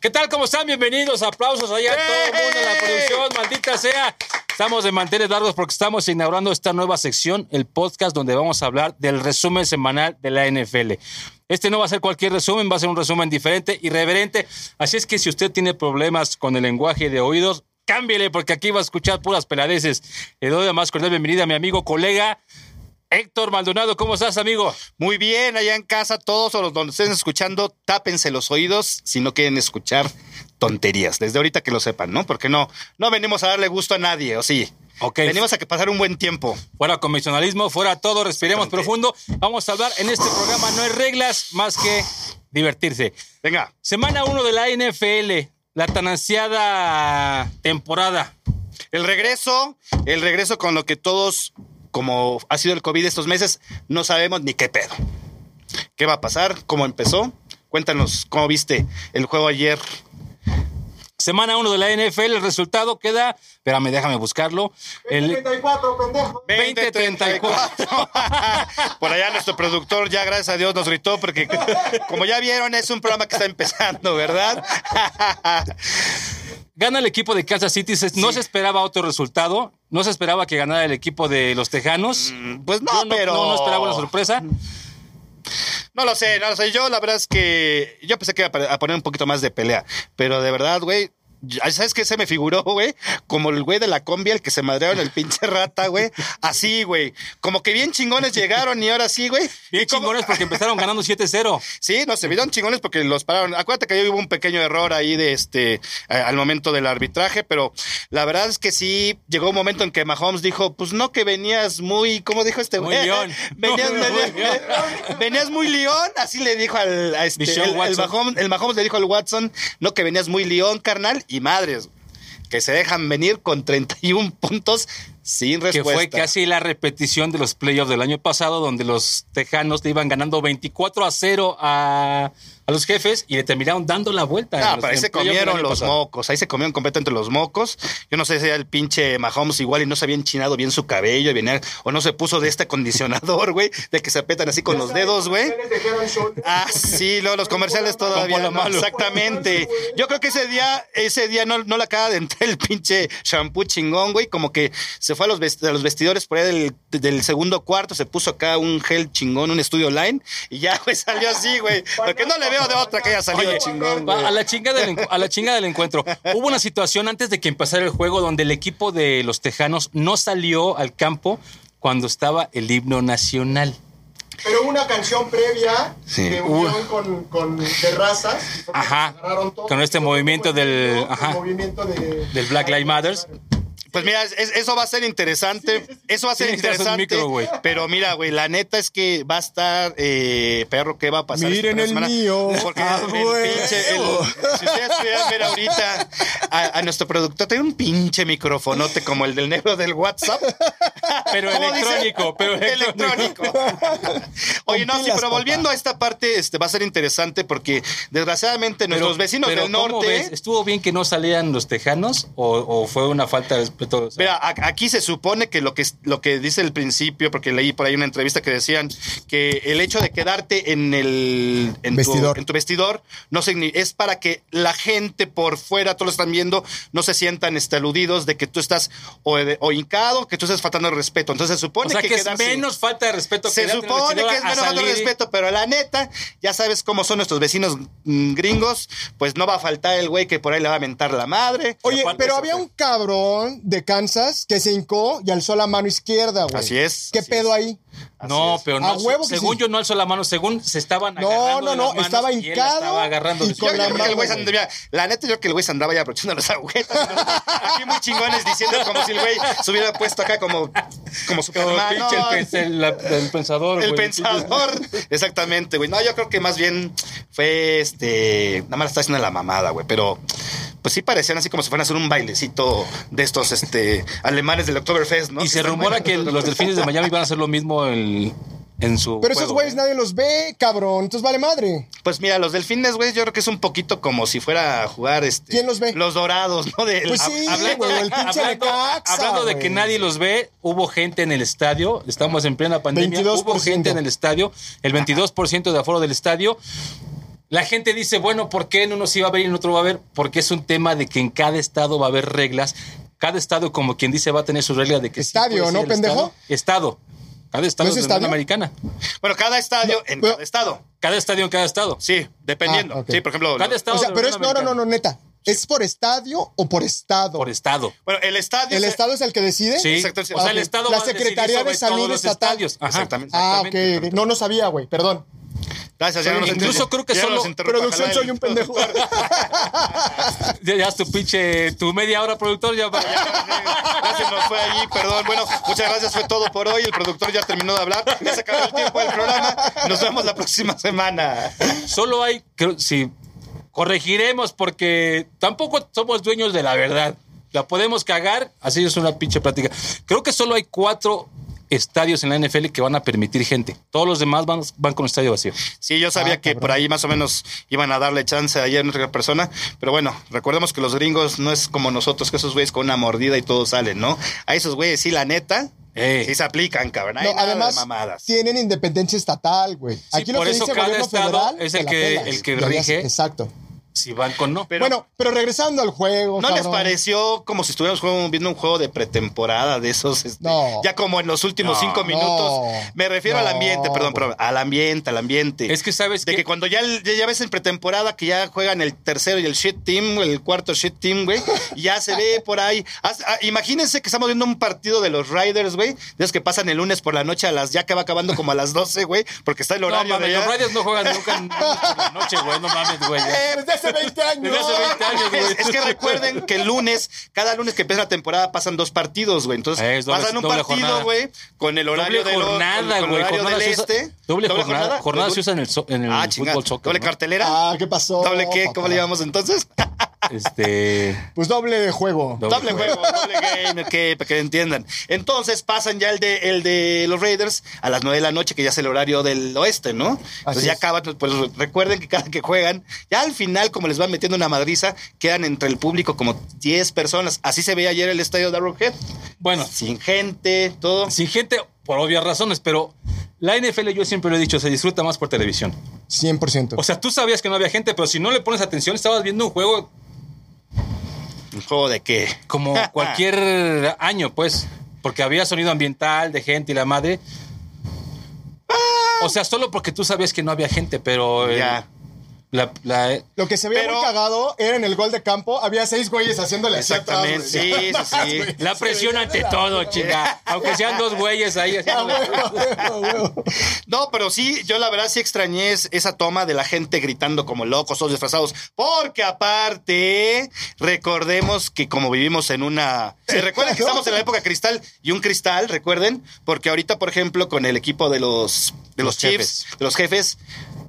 ¿Qué tal? ¿Cómo están? Bienvenidos. Aplausos allá a todo el mundo en la producción. Maldita sea. Estamos de manteles largos porque estamos inaugurando esta nueva sección, el podcast, donde vamos a hablar del resumen semanal de la NFL. Este no va a ser cualquier resumen, va a ser un resumen diferente, irreverente. Así es que si usted tiene problemas con el lenguaje de oídos, cámbiele porque aquí va a escuchar puras peladeces. Le doy la más cordial bienvenida a mi amigo, colega, Héctor Maldonado, ¿cómo estás, amigo? Muy bien, allá en casa, todos o los donde estén escuchando, tápense los oídos si no quieren escuchar tonterías. Desde ahorita que lo sepan, ¿no? Porque no, no venimos a darle gusto a nadie, ¿o sí? Ok. Venimos a que pasar un buen tiempo. Fuera convencionalismo, fuera todo, respiremos Tonte. profundo. Vamos a hablar en este programa, no hay reglas más que divertirse. Venga, Semana 1 de la NFL, la tan ansiada temporada. el regreso, el regreso con lo que todos, como ha sido el COVID estos meses, no sabemos ni qué pedo. ¿Qué va a pasar? ¿Cómo empezó? Cuéntanos, ¿cómo viste el juego ayer? Semana 1 de la NFL, el resultado queda, espérame, déjame buscarlo. El 34, pendejo. 20-34. Por allá nuestro productor ya, gracias a Dios, nos gritó porque, como ya vieron, es un programa que está empezando, ¿verdad? Gana el equipo de Kansas City, se- no Sí. se esperaba otro resultado, no se esperaba que ganara el equipo de los Tejanos. Pues no, Yo pero... no, no esperaba una sorpresa. No lo sé, no lo sé. Yo la verdad es que yo pensé que iba a pa- a poner un poquito más de pelea, pero de verdad, güey... ya- ¿Sabes qué se me figuró, güey? Como el güey de la combi, el que se madrearon el pinche rata, güey. Así, güey. Como que bien chingones llegaron y ahora sí, güey. Bien ¿Y cómo- chingones porque empezaron ganando 7-0. Sí, no, se vieron chingones porque los pararon. Acuérdate que hubo un pequeño error ahí de este eh, al momento del arbitraje, pero la verdad es que sí llegó un momento en que Mahomes dijo, pues no que venías muy, ¿cómo dijo este Muy güey? león. Venías, Muy venías- león. venías muy león, así le dijo al a este, el, Michelle el Watson. Mahomes, el Mahomes le dijo al Watson, no que venías muy león, carnal, y madres, que se dejan venir con 31 puntos sin que respuesta. fue casi la repetición de los playoffs del año pasado, donde los tejanos le iban ganando 24 a 0 a, a los jefes y le terminaron dando la vuelta. en los- Ah, pero ahí en se playoffs del comieron año los pasado. mocos, ahí se comieron completamente los mocos. Yo no sé si era el pinche Mahomes igual y no se había enchinado bien su cabello, y venía, o no se puso de este acondicionador, güey, de que se apretan así con los dedos, güey. Ah, sí, luego los comerciales todavía. Polo no, Malo. exactamente. Yo creo que ese día, ese día no, no le acaba de entrar el pinche shampoo chingón, güey. Como que se fue a los, vest- a los vestidores por ahí del, del segundo cuarto, se puso acá un gel chingón, un estudio line, y ya, güey, salió así, güey. Porque no le veo de otra que haya salido Oye, chingón, güey. va a la, chinga del, encu- a la chinga del encuentro. Hubo una situación antes de que empezara el juego donde el equipo de los tejanos no salió al campo cuando estaba el himno nacional. Pero hubo una canción previa Sí. de unión con, con de razas. y fue que Ajá. se agarraron todos. Con este Y luego movimiento fue el del- himno, el ajá. movimiento de- Del Black Lives Matters. Pues mira, es- eso va a ser interesante. Eso va a ser Sí, necesitas un interesante. micro, güey. pero mira, güey, la neta es que va a estar eh, perro que va a pasar. Miren esta el semana? mío. Porque Ah, el güey. pinche. el- si ustedes pudieran ver ahorita a, a nuestro productor, tiene un pinche microfonote como el del negro del WhatsApp. Pero ¿Cómo dice? electrónico, pero electrónico. electrónico. Oye, no, sí, pilas, pero papá. volviendo a esta parte, este va a ser interesante porque desgraciadamente Pero- nuestros vecinos pero del ¿cómo norte. ves? ¿Estuvo bien que no salieran los tejanos o, o fue una falta de respeto? O sea, Mira, a- aquí se supone que lo que lo que dice el principio, porque leí por ahí una entrevista que decían que el hecho de quedarte en el en Vestidor. tu, en tu vestidor no signi- es para que la gente por fuera, todos lo están viendo, no se sientan este, aludidos de que tú estás o, de- o hincado, que tú estás faltando el respeto. Entonces se supone o sea que, es quedarse- menos falta de respeto se quedarte en el supone vestidor que es a menos falta de salir. respeto, pero la neta, ya sabes cómo son nuestros vecinos mm, gringos, pues no va a faltar el güey que por ahí le va a mentar la madre. Oye, Aparte, pero eso había fue. un cabrón de Kansas que se hincó y alzó la mano izquierda, güey. Así es, ¿Qué así pedo es. ahí? No, Así es. pero no. A huevo que según sí. yo no alzó la mano, según se estaban No, agarrando. no, de no, las manos estaba y él la hincado estaba agarrando de y su Yo con mano. la creo que el güey mano, se- mira, la neta, yo creo que el güey se andaba ya aprovechando las agujetas. Aquí muy chingones diciendo como si el güey se hubiera puesto acá como, como Como Superman. pinche No, el, pens- el- la- el pensador, el güey. pensador. Exactamente, güey. No, yo creo que más bien fue este. Nada más la está haciendo la mamada, güey. Pero pues sí parecían así como si fueran a hacer un bailecito de estos este, alemanes del Oktoberfest, ¿no? Y Que se están rumora bailando. que los delfines de Miami van a hacer lo mismo el- en su. Pero esos juego, güeyes ¿eh? nadie los ve, cabrón. Entonces vale madre. Pues mira, los delfines, güey, yo creo que es un poquito como si fuera a jugar este. ¿Quién los ve? Los dorados, ¿no? De, Pues a- sí, hablando- güey, el pinche Hablando, Necaxa, hablando de güey. que nadie los ve, hubo gente en el estadio, estamos en plena pandemia, hubo 22%. gente en el estadio, el 22% de aforo del estadio. La gente dice, bueno, ¿por qué en uno sí va a haber y en otro va a haber? Porque es un tema de que en cada estado va a haber reglas. Cada estado, como quien dice, va a tener su regla de que sí Estadio, puede ser ¿no, el pendejo? Estado. Estado. Cada estado es de la Unión estadio? americana. Bueno, cada estadio en pero- cada estado. Cada estadio en cada estado. Sí, dependiendo. Ah, ok. Sí, por ejemplo. Cada lo- estado. o sea, de la pero es, Unión no, no, no, Americana. no, neta. ¿Es por estadio o por estado? Por estado. Bueno, el estadio. ¿El se- estado es el que decide? Sí. Exacto. O sea, el ¿Eh? Ok. estado La va a decidir Secretaría sobre de Salud todos los estatal. estadios. Ajá. Exactamente. Ah, ok, ok. No, no sabía, güey, perdón. Gracias, ya no nos Incluso interrumpa- creo que ya no solo- nos interrumpa, Producción, ojalá soy un el- pendejo. Ya, ya es tu pinche, tu media hora productor ya. Ya se nos fue allí, perdón. Bueno, muchas gracias, fue todo por hoy. El productor ya terminó de hablar. Ya se acabó el tiempo del programa. Nos vemos la próxima semana. Solo hay, creo, si corregiremos porque tampoco somos dueños de la verdad. La podemos cagar, así es una pinche plática. Creo que solo hay cuatro estadios en la NFL que van a permitir gente. Todos los demás van, van con estadio vacío. Sí, yo sabía Ah, que cabrón. por ahí más o menos iban a darle chance ayer a otra persona, pero bueno, recordemos que los gringos no es como nosotros, que esos güeyes con una mordida y todo salen, ¿no? A esos güeyes sí, la neta, Eh. sí se aplican, cabrón. Ahí No, nada de además, mamadas. tienen independencia estatal, güey. Aquí lo por que eso dice cada gobierno estado federal es te el la que- pelas, el que y allá sí, rige. Exacto. Si van con no. Pero- bueno, pero regresando al juego. ¿No les Oh, cabrón. pareció como si estuviéramos jugando- viendo un juego de pretemporada de esos? este, No. Ya como en los últimos No. cinco minutos. No. Me refiero al No, ambiente, perdón, güey. perdón, al ambiente, al ambiente. es que sabes de que, que cuando ya, el- ya, ya ves en pretemporada que ya juegan el tercero y el shit team, el cuarto shit team, güey, y ya se ve por ahí. Haz- ah, imagínense que estamos viendo un partido de los Riders, güey, de esos que pasan el lunes por la noche a las ya que va acabando como a las 12, güey, porque está el No, horario mames, de los allá. Raiders no juegan nunca en por la noche, güey. No mames, güey. ya. Eh, Desde hace 20 años. Desde hace 20 años, güey. Es, es que recuerden que el lunes, cada lunes que empieza la temporada pasan dos partidos, güey. Entonces Es doble- pasan un doble partido, jornada. güey, con el horario Doble del o- jornada, con el güey. horario Jornada del se usa- este. Doble jornada. Jornada se usa en el, so- en el Ah, chingada. fútbol soccer. doble ¿no? cartelera. Ah, ¿qué pasó? ¿Doble qué? ¿Cómo papá? le llamamos entonces? Este. Pues doble de juego. Doble Doble juego, doble game, que, para que entiendan. Entonces pasan ya el de, el de los Raiders a las 9 de la noche, que ya es el horario del oeste, ¿no? Entonces Así ya es. acaban, pues recuerden que cada que juegan, ya al final, como les van metiendo una madriza, quedan entre el público como 10 personas. Así se veía ayer el estadio de Arrowhead, Bueno, sin gente, todo. sin gente, por obvias razones, pero la NFL, yo siempre lo he dicho, se disfruta más por televisión. 100%. O sea, tú sabías que no había gente, pero si no le pones atención, estabas viendo un juego ¿Un juego de qué? como cualquier año, pues. Porque había sonido ambiental, de gente y la madre. Ah. O sea, solo porque tú sabías que no había gente, pero. el- Ya. la- la- lo que se veía pero- muy cagado era en el gol de campo. Había seis güeyes haciéndole así atrás, güey. Exactamente, sí, sí, sí. la presión ante todo, chinga. Aunque sean dos güeyes ahí. así, Ah, huevo, huevo, huevo. No, pero sí, yo la verdad sí extrañé es- esa toma de la gente gritando como locos, todos disfrazados, porque aparte, recordemos que como vivimos en una... Se recuerden que estamos en la época cristal y un cristal, recuerden, porque ahorita, por ejemplo, con el equipo de los, de los, Los Chiefs, de los jefes,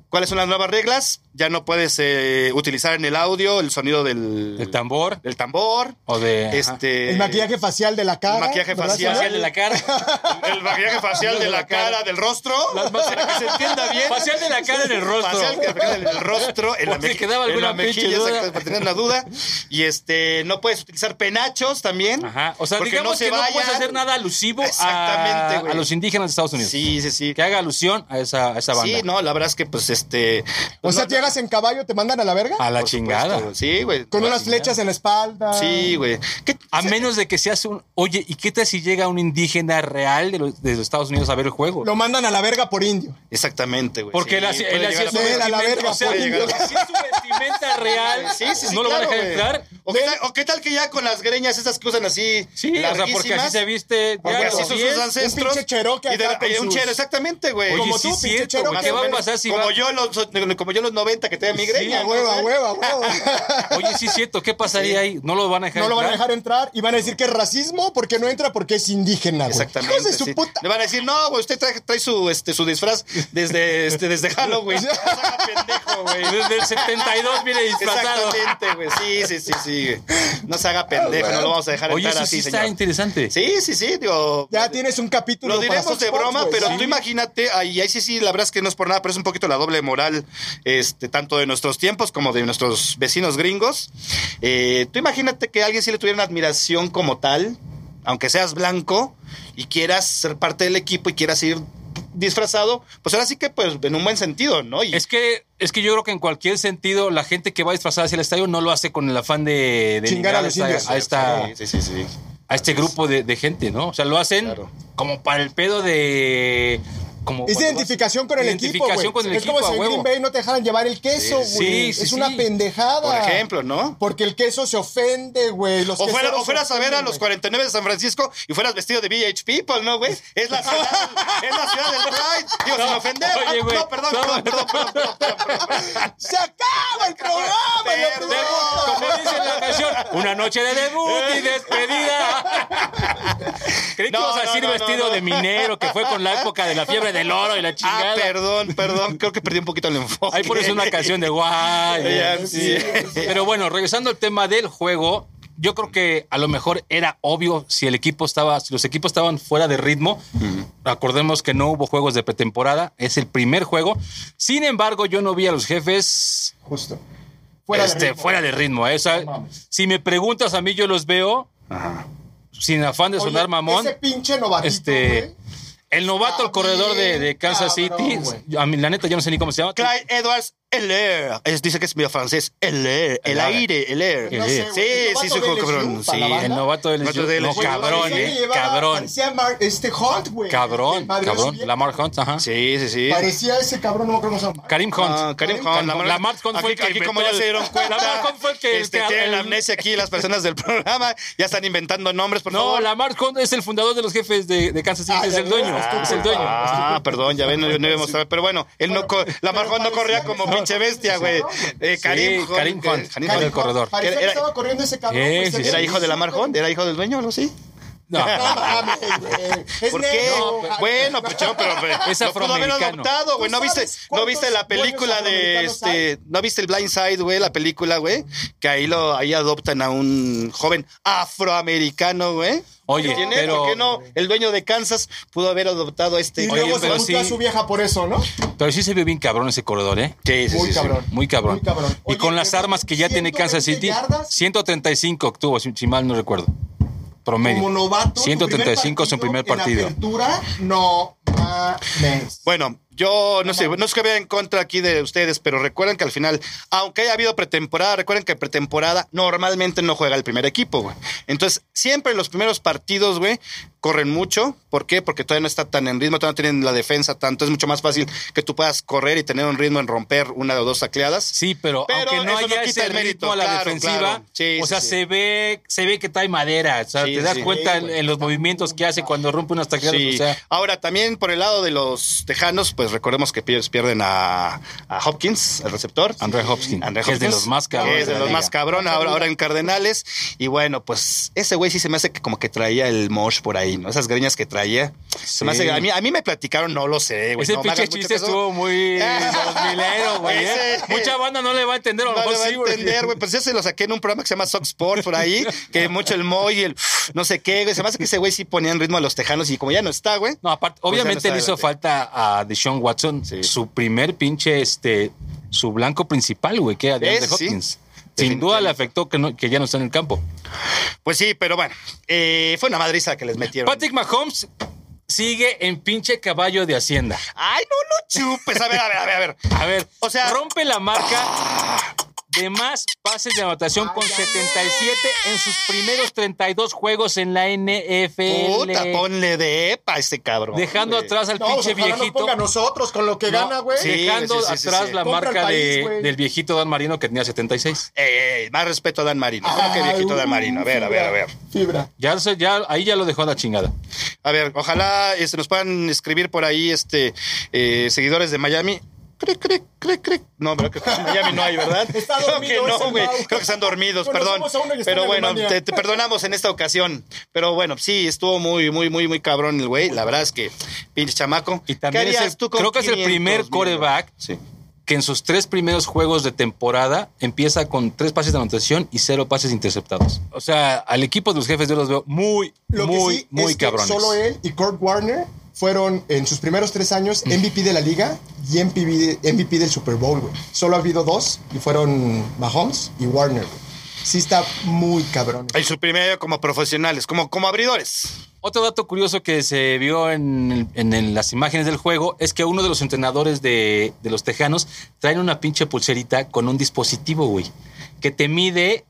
¿cuáles son las nuevas reglas? Ya no puedes eh, utilizar en el audio el sonido del, El tambor. del tambor, O de. ajá. este... El maquillaje facial de la cara. El maquillaje ¿verdad, facial. señor? Facial de la cara. El maquillaje facial de la cara, del rostro, Las más- para que se entienda bien. Facial de la cara en el rostro. Facial que refleja el, el rostro, en la, Por si meji- quedaba en la alguna pinche mejilla, duda. exacto, para tener una duda. Y este, no puedes utilizar penachos también. Ajá. O sea, porque digamos que no puedes vayan. hacer nada alusivo Exactamente, a, güey. a los indígenas de Estados Unidos. Sí, sí, sí. Que haga alusión a esa, a esa banda. Sí, no, la verdad es que pues este. O sea, no, te llegas en caballo, te mandan a la verga. A la por supuesto, chingada. güey. Sí, güey. Con La unas chingada. flechas en la espalda. Sí, güey. ¿Qué- A menos de que se hace un. Oye, ¿y qué tal si llega un indígena real de los, de los Estados Unidos a ver el juego? Lo mandan a la verga por indio. Exactamente, güey. Porque sí, él hacía puede él hacía llegar su a- Él a la verga, vestimenta. O sea, puede lo que llegar. hacía su vestimenta real. Sí, sí, sí, no lo van a Ah, claro, dejar güey. entrar. ¿O qué, tal, o qué tal que ya con las greñas esas que usan así. Sí, o sea, porque así larguísimas, se viste. Porque ya, así los son pies. sus eh, ancestros. pinche Cherokee y de- acá con y un sus- chero, exactamente, güey. Oye, Como sí, tú, pinche cierto, chero, güey, Más ¿Qué o va a menos. pasar si como va- yo los como yo los 90 que tenía migraña. A ¿no? huevo, a huevo, a huevo. Oye, sí, cierto. ¿Qué pasaría ahí? No lo van a dejar No lo van a entrar? dejar entrar y van a decir que es racismo porque no entra porque es indígena. güey. Exactamente. Hijos de su sí. puta. Le van a decir, no, güey, usted trae, trae su, este, su disfraz desde, este, desde Halloween. No se haga pendejo, güey. Desde el 72 viene disfrazado. Exactamente, güey. Sí, sí, sí, sí. güey. No se haga pendejo, no lo vamos a dejar Oye, entrar eso así, sí está señor. interesante. Sí, sí, sí, digo. Ya tienes un capítulo. Lo para diremos Fox de Sports, broma, güey. pero Sí. tú imagínate, ahí, ahí sí, sí, la verdad es que no es por nada, pero es un poquito la doble moral, este, tanto de nuestros tiempos como de nuestros vecinos gringos. Eh, tú imagínate que a alguien sí le tuviera una admiración como tal, aunque seas blanco, y quieras ser parte del equipo y quieras ir disfrazado, pues ahora sí que pues en un buen sentido, ¿no? Y Es que, es que yo creo que en cualquier sentido la gente que va disfrazada hacia el estadio no lo hace con el afán de, de Chingar a los esta- indios. a, esta- Sí, sí, sí. sí. a este grupo de, de gente, ¿no? O sea, lo hacen Claro. como para el pedo de... Como Es cuando vas- identificación con el equipo, Identificación güey. con el Es equipo, como si a en huevo. Green Bay no te dejaran llevar el queso, Sí, güey. sí, es sí. una pendejada. Por ejemplo, ¿no? Porque el queso se ofende, güey. Los O, fuera- queseros o fueras a ver a ofenden, los güey. 49 de San Francisco y fueras vestido de VH People, ¿no, güey? Es la ciudad, es la ciudad del Pride. Digo, sin ofender. oye, Ah, güey. no, perdón, No. perdón, perdón, perdón, perdón, perdón, perdón. ¡Se acaba el programa! Perdón. la puta! Como dice la canción, una noche de debut y despedida. Creí que No, ibas a no, decir no, no, vestido no. de minero, que fue con la época de la fiebre del oro y la Ah, chingada. perdón, perdón. Creo que perdí un poquito el enfoque. Ahí pones una canción de guay. Ya, güey. sí. Pero bueno, regresando al tema del juego, yo creo que a lo mejor era obvio si el equipo estaba, si los equipos estaban fuera de ritmo. Acordemos que no hubo juegos de pretemporada, es el primer juego. Sin embargo, yo no vi a los jefes Justo. fuera, Fuera de este, de, ritmo. fuera de ritmo. ¿eh? O sea, No mames. si me preguntas a mí, yo los veo Ajá. sin afán de Oye, sonar mamón. Ese pinche novatito, Este, güey. el novato, el Está corredor de, bien, de Kansas cabrón, City, güey. yo- a mí, la neta, yo no sé ni cómo se llama. Clyde Edwards Heller. Es- Dice que es medio francés. Heller. El Heller. aire. Heller. No sé, sí, güey, el sí, novato sí, juego de LSU cabrón. para Sí. la banda. El novato del Novato de LSU. No, cabrón, Pues, Parecía que eh, llevaba- cabrón. Parecía Mark- este Hunt, güey. Cabrón, Madre, cabrón. sí, bien. Lamar Hunt, ajá. Sí, sí, sí. Parecía ese cabrón, no me acuerdo cómo se llama. Karim Hunt. Ah, Karim Hunt. Lamar, Lamar Hunt fue aquí, el que aquí inventó como ya el- se dieron cuenta, Lamar Hunt fue el que... este, el que- tienen el- la amnesia aquí las personas del programa. Ya están inventando nombres, por No, favor. Lamar Hunt es el fundador de los jefes de, de Kansas City, Ah, es ya el ves, dueño, ah, es el dueño. Ah, perdón, ya ven, no, no íbamos a ver. Pero bueno, él no, co- Lamar Hunt no corría como pinche bestia, güey. Eh, Sí, Karim Hunt. Karim Hunt, eh, Hunt, Hunt. el corredor. Parecía Era- que era- estaba corriendo ese cabrón. Sí, güey, sí, se ¿Era ve hijo de Lamar Hunt? ¿Era hijo del dueño o algo así? No. No mames, güey. Es ¿Por qué? negro. No, bueno, pues yo, pero pero Es lo pudo haber afroamericano. adoptado, güey. ¿Tú ¿No viste, sabes ¿No viste la cuántos buenos película de afroamericanos este? ¿No viste el Blind Side, güey? La película, güey. Que ahí lo, ahí adoptan a un joven afroamericano, güey. Oye, ¿Quién es? pero- ¿Por qué no? El dueño de Kansas pudo haber adoptado a este. Y Oye, luego se pero puteó sí. a su vieja por eso, ¿no? Pero sí se vio bien cabrón ese corredor, ¿eh? Sí, sí, sí, Muy sí. cabrón. Muy cabrón. Muy cabrón. Y Oye, con las pero armas que ya tiene Kansas 120 City, yardas. 135 obtuvo, si, si mal no recuerdo. Promedio. Como novato. 135 135 es su primer partido. En apertura, no mames. Bueno, yo no sé, no es que vea en contra aquí de ustedes, pero recuerden que al final, aunque haya habido pretemporada, recuerden que pretemporada normalmente no juega el primer equipo, güey. Entonces, siempre los primeros partidos, güey, corren mucho. ¿Por qué? Porque todavía no está tan en ritmo, todavía no tienen la defensa tanto. Es mucho más fácil que tú puedas correr y tener un ritmo en romper una o dos tacleadas. Sí, pero, Pero aunque no eso no haya quita ese el mérito, ritmo a la claro, defensiva, claro. Sí, o sí, sea, sí. se ve se ve que trae madera, o sea, Sí, te das sí. cuenta Sí, en, güey. en los movimientos que hace cuando rompe unas tacleadas, Sí. o sea, Ahora, también por el lado de los tejanos, pues recordemos que ellos pierden a, a Hopkins, el receptor. Andre Hopkins, André que es de Hopkins, los más cabrones que Es de la los liga. más cabrón ahora, ahora en Cardenales. Y bueno, pues ese güey sí se me hace que como que traía el mosh por ahí, ¿no? Esas greñas que traía. Se me Sí. hace, a, mí, a mí me platicaron, no lo sé, güey. Ese no me pinche hagas mucho chiste caso. estuvo muy dos milero, güey. ¿eh? Ese- Mucha banda no le va a entender, o a lo No mejor le va a sí, güey. entender, güey. Pues ese lo saqué en un programa que se llama Sox Sport por ahí, que mucho el moy y el no sé qué, güey. Se me hace que ese güey sí ponía en ritmo a los tejanos y como ya no está, güey. No, aparte, Pues ya obviamente no le está hizo falta a Deshaun Watson Sí. su primer pinche, este, su blanco principal, güey, que era de Ese Andre sí. Hopkins. Sin duda le afectó que, no- que ya no está en el campo. Pues sí, pero bueno, eh, fue una madriza que les metieron. Patrick Mahomes sigue en pinche caballo de Hacienda. Ay, no lo chupes. A ver, a ver, a ver, a ver. A ver, O sea- rompe la marca de más pases de anotación con 77 en sus primeros 32 juegos en la NFL. Puta, ponle de epa a este cabrón. dejando güey. atrás al No, pinche ojalá nos viejito. ponga a nosotros con lo que No, gana, güey. sí. dejando sí, sí, atrás sí. la Compra el marca país, de- güey. del viejito Dan Marino que tenía 76. Ey, ey, Eh, más respeto a Dan Marino. ¿Cómo que viejito Dan Marino? A ver, a ver, a ver. Fibra. Ya, se- ya, ahí ya lo dejó a la chingada. A ver, ojalá este, nos puedan escribir por ahí este eh, seguidores de Miami. Cric, cric, cric, cric. No, pero creo que en Miami no hay, ¿verdad? Está Creo dormido que no, ese güey. Mau. Creo que están dormidos, perdón. Conocemos a uno que está Pero en bueno, Alemania. te, te perdonamos en esta ocasión. Pero bueno, sí, estuvo muy, muy, muy, muy cabrón el güey. La verdad es que, pinche chamaco. Y también ¿Qué es el- harías tú con creo que es el 500 primer mil? quarterback Sí. Que en sus tres primeros juegos de temporada empieza con tres pases de anotación y cero pases interceptados. O sea, al equipo de los jefes yo los veo muy, Lo muy, que sí muy es que cabrones. solo él y Kurt Warner fueron en sus primeros tres años Mm. MVP de la liga y MVP, de- MVP del Super Bowl, güey. Solo ha habido dos y fueron Mahomes y Warner, güey. Sí está muy cabrón. Eh, En su primer como profesionales, como, como abridores. Otro dato curioso que se vio en, el- en el- las imágenes del juego es que uno de los entrenadores de, de los tejanos traen una pinche pulserita con un dispositivo, güey, que te mide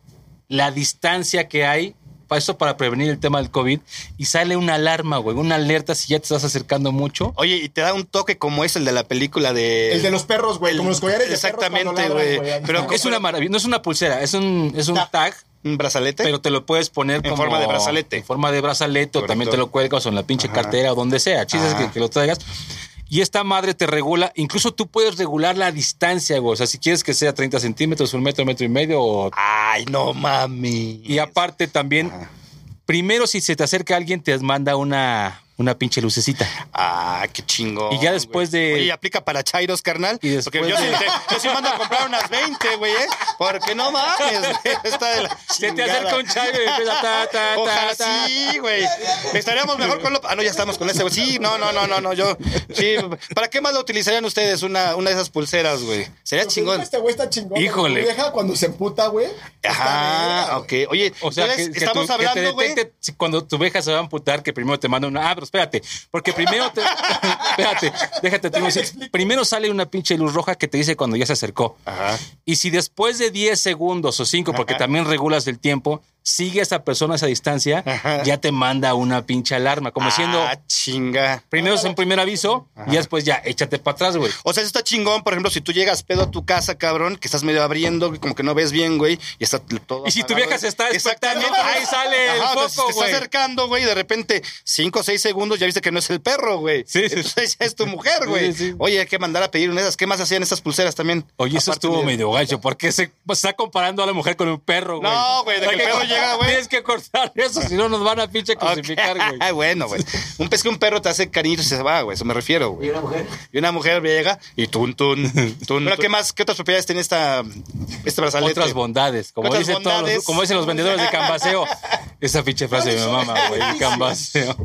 la distancia que hay. Para eso, para prevenir el tema del COVID. Y sale una alarma, güey, una alerta si ya te estás acercando mucho. Oye, y te da un toque como es el de la película de. El de los perros, güey. el- Como los collares de perros cuando Exactamente, ladran, güey. ahí pues, Pero está. ¿qué Es una maravilla, no es una pulsera, es un, es un tag, ¿Un brazalete? pero te lo puedes poner En como- forma de brazalete. En forma de brazalete, o Correcto. también te lo cuelgas o en la pinche Ajá. cartera o donde sea, chistes Ajá. que, que lo traigas. Y esta madre te regula, incluso tú puedes regular la distancia, güey. O sea, si quieres que sea 30 centímetros, un metro, metro y medio. o- Ay, no mami. Y aparte también, Ajá. primero si se te acerca alguien, te manda una, una pinche lucecita. Ah, qué chingo. Y ya después de- Oye, ¿y aplica para Chairos, carnal. Y después Porque yo, de- sí, te- yo sí mando a comprar unas 20, güey, ¿eh? Porque no mames, güey. Está de la Se te chingada. acerca un chairo y empieza ta, ta, ta, Ojalá ta. sí, güey. Estaríamos mejor con lo. Ah, no, ya estamos con ese, güey. Sí, no, no, no, no, no. Yo. Sí. ¿Para qué más lo utilizarían ustedes una, una de esas pulseras, güey? Sería Pero chingón. Este güey está chingón. Híjole. Mi vieja cuando se emputa, güey. está verga, Ajá, ok. güey. Oye, O sea, que, entonces, que estamos tu- que te hablando, güey. detecte si- cuando tu oveja se va a amputar, que primero te manda una. Ah, pero espérate, porque primero te. espérate, déjate. te digo, sí. primero sale una pinche luz roja que te dice cuando ya se acercó. Ajá. Y si después de 10 segundos o 5, porque Ajá. también regulas el tiempo, sigue a esa persona a esa distancia, Ajá. ya te manda una pinche alarma, como siendo. Ah, chinga. Primero es un primer aviso y después ya, échate para atrás, güey. O sea, eso está chingón, por ejemplo, si tú llegas pedo a tu casa, cabrón, que estás medio abriendo, que como que no ves bien, güey, y está todo. Y si tu apagado. vieja se está despertando, Exactamente. ahí sale el o sea, si foco, Te güey. está acercando, güey, y de repente, cinco o seis segundos, ya viste que no es el perro, güey. Sí, sí. Entonces ya es tu mujer, Sí, güey. sí, sí. Oye, hay que mandar a pedir una de esas. ¿Qué más hacían esas pulseras también? Oye, eso Aparte estuvo de- medio gacho. ¿Por qué se se está comparando a la mujer con un perro, güey? No, güey, de Hay que el perro cortar- llega, güey. Tienes que cortar eso, si no nos van a pinche crucificar, güey. Ah, bueno, güey. Un pez que un perro te hace cariño y se va, güey. Eso me refiero, güey. Y una mujer. Y una mujer llega y tun, tun, tun. Pero, ¿qué más? ¿Qué otras propiedades tiene esta, este brazalete? Otras bondades, como, Otras dicen todos los- bondades. como dicen los vendedores de cambaseo. Esa pinche frase de mi mamá, güey, el cambaseo.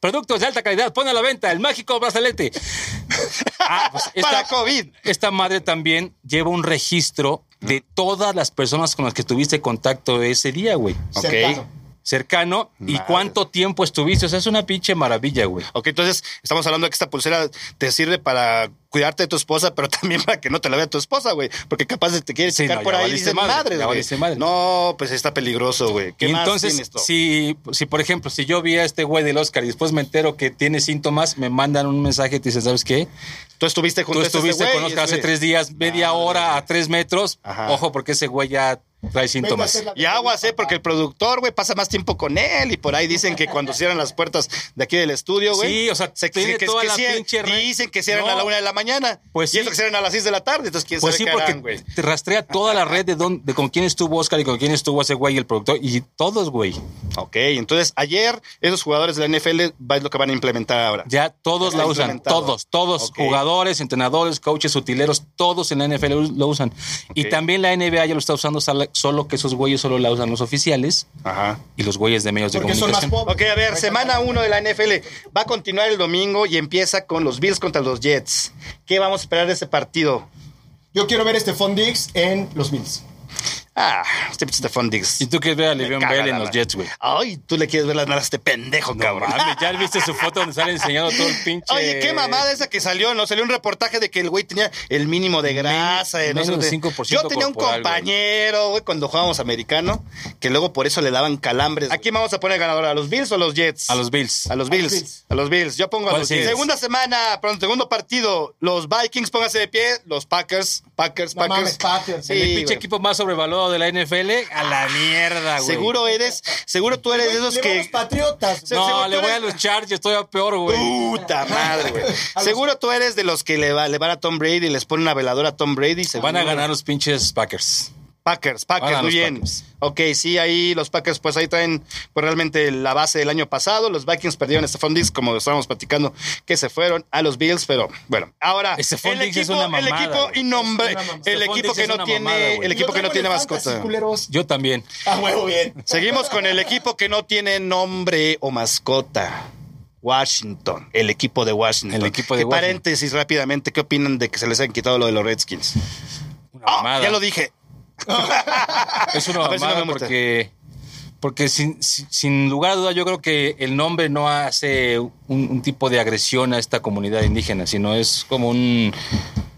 Productos de alta calidad, pon a la venta el mágico brazalete. Ah, pues Para esta, COVID. esta madre también lleva un registro de todas las personas con las que tuviste contacto ese día, güey. Ok. Cercano. Cercano y Madre. cuánto tiempo estuviste. O sea, es una pinche maravilla, güey. Ok, entonces estamos hablando de que esta pulsera te sirve para cuidarte de tu esposa, pero también para que no te la vea tu esposa, güey. Porque capaz de te quiere Sí, checar no, por ya ahí y valiste dice madre, madres, ya güey". valiste madre. No, pues está peligroso, güey. ¿Qué Y más entonces, tienes tú? si, si por ejemplo, si yo vi a este güey del Oscar y después me entero que tiene síntomas, me mandan un mensaje y te dicen, ¿sabes qué? Tú estuviste Tú junto a este estuviste güey, con Oscar hace güey. tres días, media Madre. hora a tres metros. Ajá. Ojo, porque ese güey ya trae Vete a síntomas. hacer la Y aguas, ¿eh? Porque el productor, güey, pasa más tiempo con él. Y por ahí dicen que cuando cierran las puertas de aquí del estudio, güey. Sí, o sea, tiene toda la cier- pinche red. Dicen que cierran No. a la una de la mañana. Pues y sí. eso que cierran a las seis de la tarde. Entonces, ¿quién Pues sabe sí, qué porque harán, güey? te rastrea toda la red de, dónde, de con quién estuvo Oscar y con quién estuvo ese güey y el productor. Y todos, güey. Ok, entonces ayer esos jugadores de la NFL va- es lo que van a implementar ahora. Ya todos Está la usan. implementado. Todos, todos. Ok. Jugadores, entrenadores, coaches, utileros, todos en la NFL lo usan. Y Ok. también la NBA ya lo está usando, sal- solo que esos güeyes solo la usan los oficiales. Ajá. y los güeyes de medios de Porque son más comunicación. pobres. Ok, a ver, semana 1 de la NFL va a continuar el domingo y empieza con los Bills contra los Jets. ¿Qué vamos a esperar de ese partido? Yo quiero ver este Fondix en los Bills. Ah, este pinche Stephon Diggs. Si tú quieres ver a Le'Veon caga Bell la en los madre. Jets, güey. Ay, tú le quieres ver las naras a este pendejo, cabrón. Mames, ya viste su foto donde sale enseñando todo el pinche. Oye, qué mamada esa que salió, ¿no? Salió un reportaje de que el güey tenía el mínimo de grasa. de no menos sé de qué. 5% Yo tenía un corporal, güey. compañero, güey, cuando jugábamos americano, que luego por eso le daban calambres. ¿A quién vamos a poner ganador? ¿A los Bills o a los Jets? A los Bills. A los Bills. A los Bills. Yo pongo a ¿Cuál los sigues? Bills. Segunda semana, perdón, segundo partido. Los Vikings, pónganse de pie. Los Packers, Packers, No Packers. mames, Packers. Sí, el pinche güey. equipo más sobrevaluado de la NFL, a la mierda, güey. Seguro eres, seguro tú eres de esos Le voy a los que. patriotas. güey. Se- seguro No, tú le voy eres- a los Chargers, estoy a peor, güey. Puta madre, güey. los- Seguro tú eres de los que le, va, le van a Tom Brady, les ponen una veladora a Tom Brady. Se Uh, seguro. van a ganar los pinches Packers. Packers, Van a Packers, los muy bien. Packers. Ok, sí, ahí los Packers, pues ahí traen pues, realmente la base del año pasado. Los Vikings perdieron a Stephon Diggs, como lo estábamos platicando, que se fueron a los Bills, pero bueno, ahora Stephon el Diggs es equipo, una el mamada, equipo güey. innombre- Es una mamada. el Stephon equipo Diggs que es no una tiene, mamada, güey. el equipo Yo que no traigo tiene el fantasy, mascota. culeros. Yo también. Ah, huevo, bien. Seguimos con el equipo que no tiene nombre o mascota. Washington, el equipo de Washington. El equipo de Y Washington. Paréntesis rápidamente, ¿qué opinan de que se les hayan quitado lo de los Redskins? Una Ah, mamada. ya lo dije. Es una A mamada ver si no me multan. porque Porque sin, sin- sin lugar a duda yo creo que el nombre no hace un, un tipo de agresión a esta comunidad indígena, sino es como un...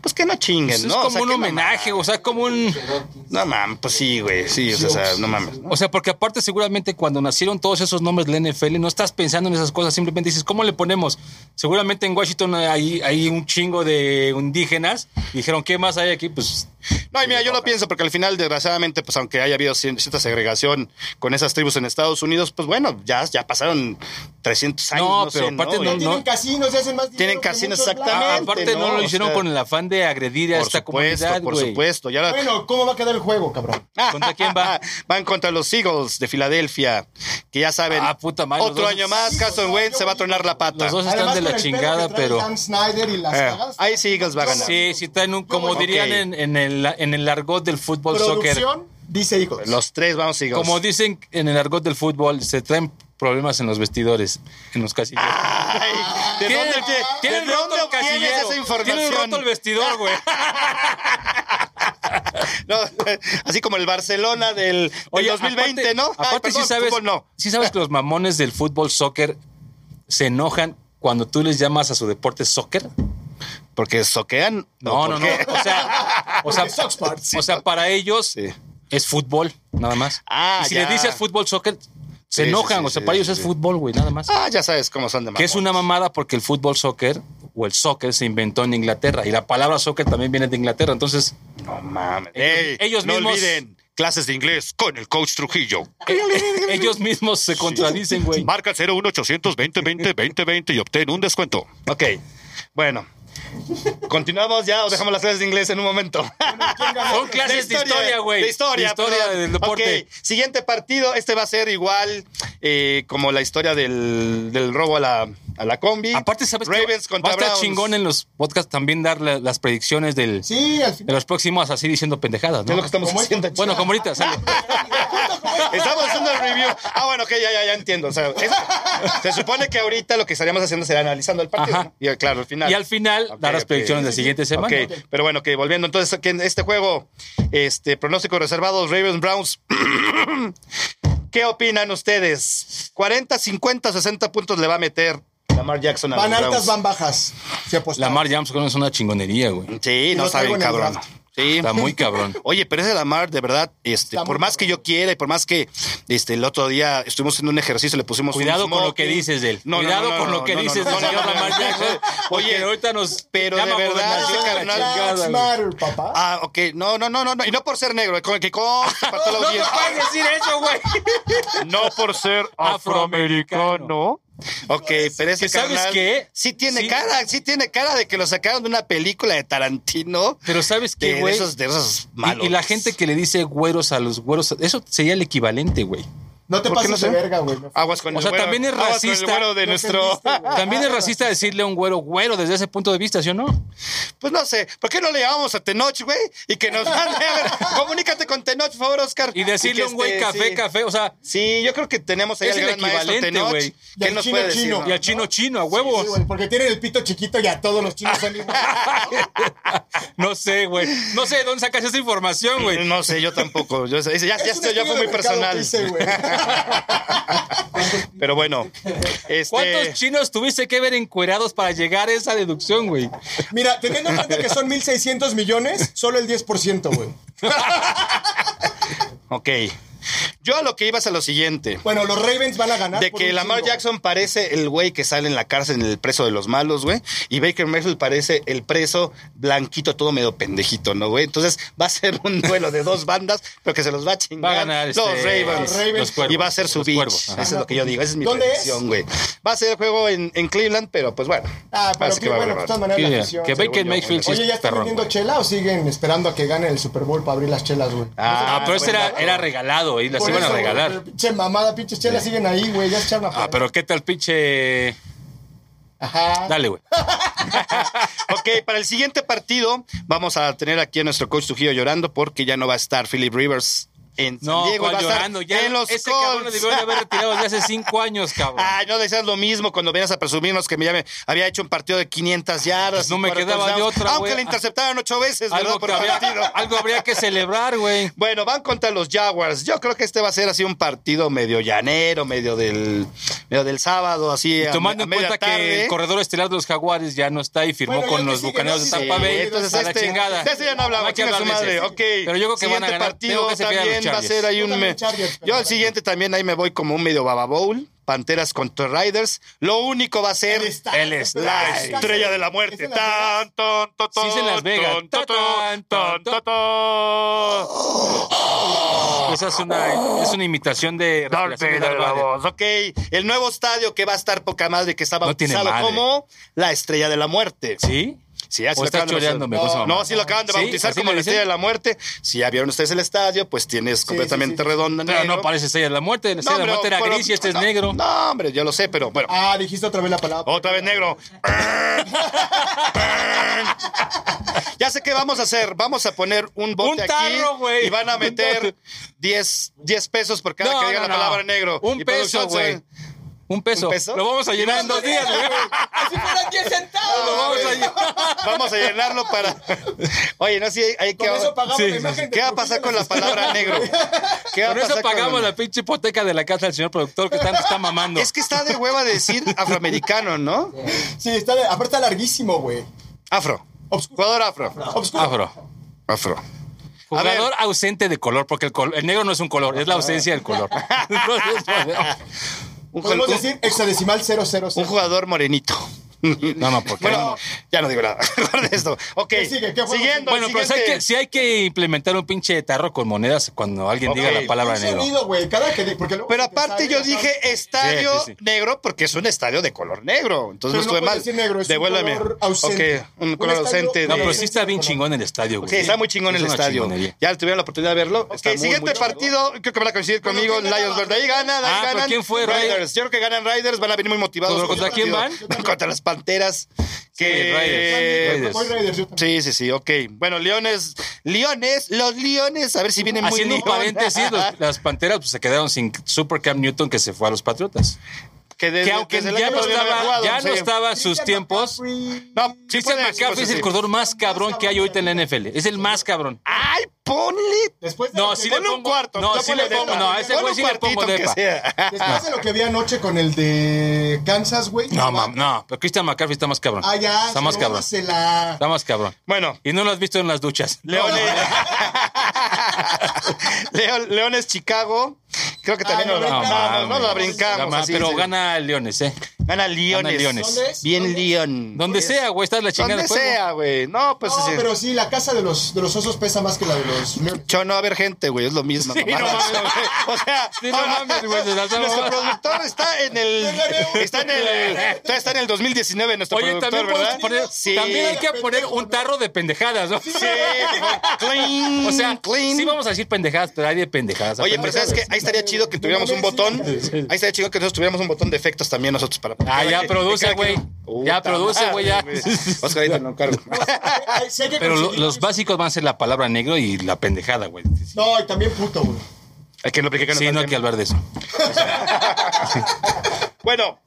Pues que no chinguen, es ¿no? como O sea, un que no homenaje, o sea, como un... mames. No mames, pues sí, güey. Sí, o sea, o sea, no mames. O sea, porque aparte seguramente cuando nacieron todos esos nombres de la NFL, no estás pensando en esas cosas, simplemente dices, ¿cómo le ponemos? Seguramente en Washington hay, hay un chingo de indígenas. y dijeron, ¿qué más hay aquí? Pues No, y mira, yo lo pienso porque al final, desgraciadamente, pues aunque haya habido cien- cierta segregación con esas tribus en Estados Unidos, pues bueno, ya, ya pasaron 300 años. No, No, pero sé, aparte ¿no? no- Y- no- Tienen casinos, se hacen más dinero. Tienen que casinos, muchos blancos. exactamente. aparte no, ¿no? lo O hicieron sea, con el afán de agredir a Por esta supuesto, comunidad, por güey. supuesto. Ya la- Bueno, ¿cómo va a quedar el juego, cabrón? ¿Contra quién va? Van contra los Eagles de Filadelfia, que ya saben. Ah, puta madre, los Otro dos- año más, Carson Wentz se va a tronar la pata. Los dos están de la con el pedo chingada, que trae pero- Dan Snyder y las Eh, cagadas. ahí sí Eagles va a ganar. Sí, sí traen un, como Ok. dirían en, en el, en el argot del fútbol soccer. Producción, dice hijos. Los tres vamos Eagles. Como dicen en el argot del fútbol, se traen problemas en los vestidores, en los casillos. Ay, Ah, ¿de Tienen- dónde, obtie- tienen de roto dónde el obtienes casillero. esa Tienen información? roto el vestidor, güey. No, así como el Barcelona del, del 2020, aparte- ¿no? Ay, Aparte, perdón, sí, sabes, fútbol no. sí sabes que los mamones del fútbol soccer se enojan cuando tú les llamas a su deporte soccer. Porque soquean. No, ¿O no, por no. qué? O sea, o sea, o sea, para ellos Sí. es fútbol, nada más. Ah, y si ya. le dices fútbol soccer, se Sí, enojan. sí, sí, o sea, sí, para ellos sí, es sí. fútbol, güey, nada más. Ah, ya sabes cómo son de que es una mamada porque el fútbol soccer o el soccer se inventó en Inglaterra y la palabra soccer también viene de Inglaterra. Entonces, eh, No mames. Ellos- ellos no mismos- olviden clases de inglés con el coach Trujillo. ellos mismos se contradicen, güey. Marca el 01800 2020 2020 y obtén un descuento. Ok. Bueno. ¿Continuamos ya o dejamos las clases de inglés en un momento? ¿Quién ganó? Son clases de historia, güey. De historia, De historia perdón. del deporte. Ok, Siguiente partido. Este va a ser igual eh, como la historia del, del robo a la, a la combi. Aparte, ¿sabes qué? Ravens Va contra a estar Browns. chingón en los podcasts también dar la- las predicciones del, Sí, al de final. los próximos así diciendo pendejadas, Es lo ¿no? que estamos Como haciendo. Bueno, como ahorita, sale. Estamos haciendo el review. Ah, bueno, ok, ya, ya, ya entiendo. O sea, es- se supone que ahorita lo que estaríamos haciendo será analizando el partido. Ajá. ¿no? Y claro, al final. Y al final Ok, dar las ok. predicciones de la siguiente semana. Ok, pero bueno, que volviendo entonces aquí en este juego, este pronóstico reservado, Ravens Browns. ¿Qué opinan ustedes? 40, 50, 60 puntos le va a meter Lamar Jackson a los Van altas, Browns. van bajas. Si apostamos. Lamar Jackson es una chingonería, güey. Sí, Y no los está traigo bien en el cabrón. draft. Sí. Está muy cabrón. Oye, pero ese Lamar, de verdad, este, Está por muy más que yo quiera y por más que este, el otro día estuvimos haciendo un ejercicio, le pusimos un Cuidado con lo que smoking. dices de él. No, no, Cuidado no, no, con lo no, que no, no, dices no, del no, señor no, no, Lamar no. Jackson. Oye, Oye, ahorita nos. pero de llama por verdad, la Ah, ese chingada, carnal- la chingada, Jax güey. Matter, papá. Ah, ok. No, no, no, no, no. Y no por ser negro, con el que conste para toda la No me audiencia. puedes decir eso, güey. No por ser afroamericano. Ok, pero ese Que sabes carnal qué? sí tiene Sí. cara, sí tiene cara de que lo sacaron de una película de Tarantino. Pero ¿sabes De, qué, güey? esos, de esos Y- malos. Y, la gente que le dice güeros a los güeros, eso sería el equivalente, güey. no te ¿por qué pases no sé? de verga, güey. No. Aguas con O el sea, güero. también es Aguas racista. Con el güero de No nuestro. entendiste, güey. También es racista decirle a un güero güero desde ese punto de vista, ¿sí o no? Pues no sé, ¿por qué no le llamamos a Tenoch, güey? Y que nos mande. A ver, comunícate con Tenoch, por favor, Oscar. Y decirle que a un güey este, café, sí. café, o sea, Sí, yo creo que tenemos ahí Es al el gran maestro equivalente, Tenoch. güey. ¿Qué Y al nos chino, puede decir? chino. no? y al chino chino, a huevo. Sí, güey, porque tienen el pito chiquito y a todos los chinos son iguales. No sé, güey. No sé de dónde sacas esa información, güey. No sé, yo tampoco. Yo sé, ya, ya, Es un estoy- ya fue muy estudio de mercado personal. que hice, güey. Pero bueno, este. ¿Cuántos chinos tuviste que ver encuerados para llegar a esa deducción, güey? Mira, teniendo en cuenta que son 1.600 millones, solo el 10%, güey. Ok. Yo a lo que iba es a lo siguiente. Bueno, los Ravens van a ganar. De por que un Lamar chingo. Jackson parece el güey que sale en la cárcel, el preso de los malos, güey. Y Baker Mayfield parece el preso blanquito, todo medio pendejito, ¿no, güey? Entonces va a ser un duelo de dos bandas, pero que se los va a Va chingar. a ganar este, los Ravens. los Ravens. cuervos, y va a ser su los bitch. cuervos, Eso ajá. es lo que yo digo. Esa es mi ¿Dónde predicción, güey. Va a ser el juego en, en Cleveland, pero pues bueno. Ah, pero Así qué va a bueno, de haber- todas maneras Sí, la afición. que seguro. Baker Mayfield sí Oye, es ¿ya están perrón. vendiendo güey. chela o siguen esperando a que gane el Super Bowl para abrir las chelas, güey? Ah, pero ese bueno, era, era regalado, y las Por iban a eso, regalar. güey, Pinche mamada, pinches chelas siguen ahí, güey. Ya se echaron a Ah, pero qué tal pinche. Ajá. Dale, güey. Ok, para el siguiente partido vamos a tener aquí a nuestro coach Trujillo llorando porque ya no va a estar Philip Rivers. en San No, Diego. y ¿cuál va a estar llorando? Ya en los ese cabrón Colts. le debió de haber retirado desde hace cinco años, cabrón. Ay, no decías lo mismo cuando venías a presumirnos que me, ya me- había hecho un partido de 500 yardas. Pues no y me cuatro quedaba de touchdowns, otra, Aunque güey. le interceptaron ocho veces, ¿verdad? algo, Por que habría, partido. algo habría que celebrar, güey. Bueno, van contra los Jaguars. Yo creo que este va a ser así un partido medio llanero, medio del, medio del sábado, así. a- Tomando a en media cuenta que tarde. el corredor estelar de los Jaguares ya no está y firmó Bueno, ya con que los sí, que bucaneros de no, sí, Tampa Sí, Bay. entonces a la este, chingada. de ese ya no No hablaba, hay que chinga su hablar de madre. ese. Ok. Pero yo creo que van a Siguiente ganar. partido Tengo que cepillar a los también va a Chargers. ser ahí Yo un. también me- Chargers, pero Yo al bueno. siguiente también ahí me voy como un medio Baba Bowl. Panteras contra Riders. Lo único va a ser. Él es La estrella de la ¿Es muerte. en Las Vegas? Tan, ton, to, ton, Sí, es en Las Vegas. ton, to, ton, Tan, tan, ton, to, ton. Esa es una, es una imitación de Darth respiración de Vader, la Darth Vader. voz. Ok. El nuevo estadio que va a estar poca madre, que está No tiene bautizado madre. como la estrella de la muerte. ¿Sí? Sí, así ¿O lo estás acaban de choreando, bautizar. me gusta, No, mamá? no, sí lo acaban de ¿Sí? bautizar ¿Así como le la dicen? estrella de la muerte. Si ya vieron ustedes el estadio, pues tienes completamente sí, sí. redonda. Pero negro. no parece estrella de la muerte. La No, estrella de la pero- muerte era pero- gris y este es no, negro. No, hombre, yo lo sé, pero bueno. Ah, dijiste otra vez la palabra. Otra vez negro. ya sé qué vamos a hacer. Vamos a poner un bote Un tarro, aquí güey. y van a Un meter bote. 10, 10 pesos por cada No, que diga no, la no. palabra negro. Un Y peso, producción, güey. Un peso. ¿Un peso? Lo vamos a llenar en dos días, güey. Así fueran 10 centavos. Lo vamos a güey. llenar. Vamos a llenarlo para. Oye, no, sí, hay que. Con eso pagamos Sí, la sí, imagen de ¿Qué va a pasar con la palabra negro? ¿Qué va a Con eso pasar con- pagamos la pinche hipoteca de la casa del señor productor que tanto está mamando. Es que está de hueva decir afroamericano, ¿no? Sí, está, de- aparte está larguísimo, güey. Afro. Obscuro. Jugador afro. Obscuro. Afro. Afro. A ver. Jugador ausente de color, porque el, col- el negro no es un color, es la ausencia del color. Un, Podemos un- decir hexadecimal 000. un jugador morenito. no, no, porque. Bueno, ya no digo nada. Guarda esto. Ok. ¿Qué sigue? ¿Qué juego Siguiendo. Bueno, el pero si hay, siguiente. que, si hay que implementar un pinche tarro con monedas cuando alguien Ok. diga la palabra Un negro. sonido, güey, cada que- porque luego Pero se te aparte sale, yo ajá. dije estadio sí, sí. negro porque es un estadio de color negro. Entonces Pero no no estuve puedes mal. decir negro, es un Devuélveme. color ausente. Ok, un Un color estadio- ausente. No, de- pero sí está bien chingón el estadio, güey. Sí, está muy chingón Es el una estadio. chingonería. Ya tuvieron la oportunidad de verlo. está Ok, muy, siguiente muy chingón. partido, creo que van a coincidir Pero conmigo, ¿quién ganaba? Lions Verde. Ahí ganan, ahí Ah, pero ganan. ¿quién fue, Ray? Riders. Yo creo que ganan Riders, van a venir muy ¿Contra- motivados. por el contra quién partido. van? Contra las Panteras. Riders. Que... Riders. Voy Raiders, yo también. Sí, sí, sí, ok. Bueno, Leones, Leones, los Leones, a ver si vienen Haciendo muy un león. paréntesis, los- las panteras pues, se quedaron sin Super Cam Newton que se fue a los Patriotas. que desde, que aunque desde el ya año no pasado habían estaba, jugado, ya no sí. estaba en sus Christian tiempos. McCaffrey. No, Christian sí pueden decir McCaffrey es cosas el así. corredor más cabrón que hay ahorita en la NFL. Es el más cabrón. ¡Ay, ponle! Después de No, lo que- sí le Ponle un pongo- cuarto. no, ya sí ponle le pongo- depa. no, a ese Ponle güey un sí le cuartito, pongo aunque depa. sea. Después de lo que vi anoche con el de Kansas, güey. No, mam, no. Pero Christian McCaffrey está más cabrón. Ah, ya. Está más cabrón. Se la... Está más cabrón. Bueno, Y no lo has visto en las duchas. Leones. León- Leones, Chicago. Creo que también Ah, no, no, no, no, brincamos. no, mames. la brincamos. Gama- así, pero sí. gana Leones, ¿eh? Gana Leones. Gana Leones. ¿Dónde es? Bien ¿Dónde? León. Donde sea, güey, está la chingada. Donde del juego. sea, güey. No, pues No, sí. pero sí, la casa de los, de los osos pesa más que la de los leones. Yo no va a haber gente, güey, es lo mismo. Sí, mamada. no mames, güey. o sea, Sí, no ahora- mames, güey, se las- nuestro productor está en el, está en el, todavía está en el 2019 nuestro Oye, productor, también, podemos ¿verdad? poner- sí. también hay que poner un tarro de pendejadas, ¿no? Sí, clean, O sea, clean. Mm. sí vamos a decir pendejadas, pero hay de pendejadas. Oye, pero sabes que ahí estaría chido que tuviéramos un botón. Ahí estaría chido que nosotros tuviéramos un botón de efectos también nosotros para. Ah, ya que- produce, cada que- güey. Puta Ya produce, güey, ya. madre, Oscarito, no cargo. Ay, sí hay que Pero lo- conseguir- los básicos van a ser la palabra negro y la pendejada, güey. No, y también puto, güey. Hay que no platicar Sí, no hay que hablar de eso. Bueno,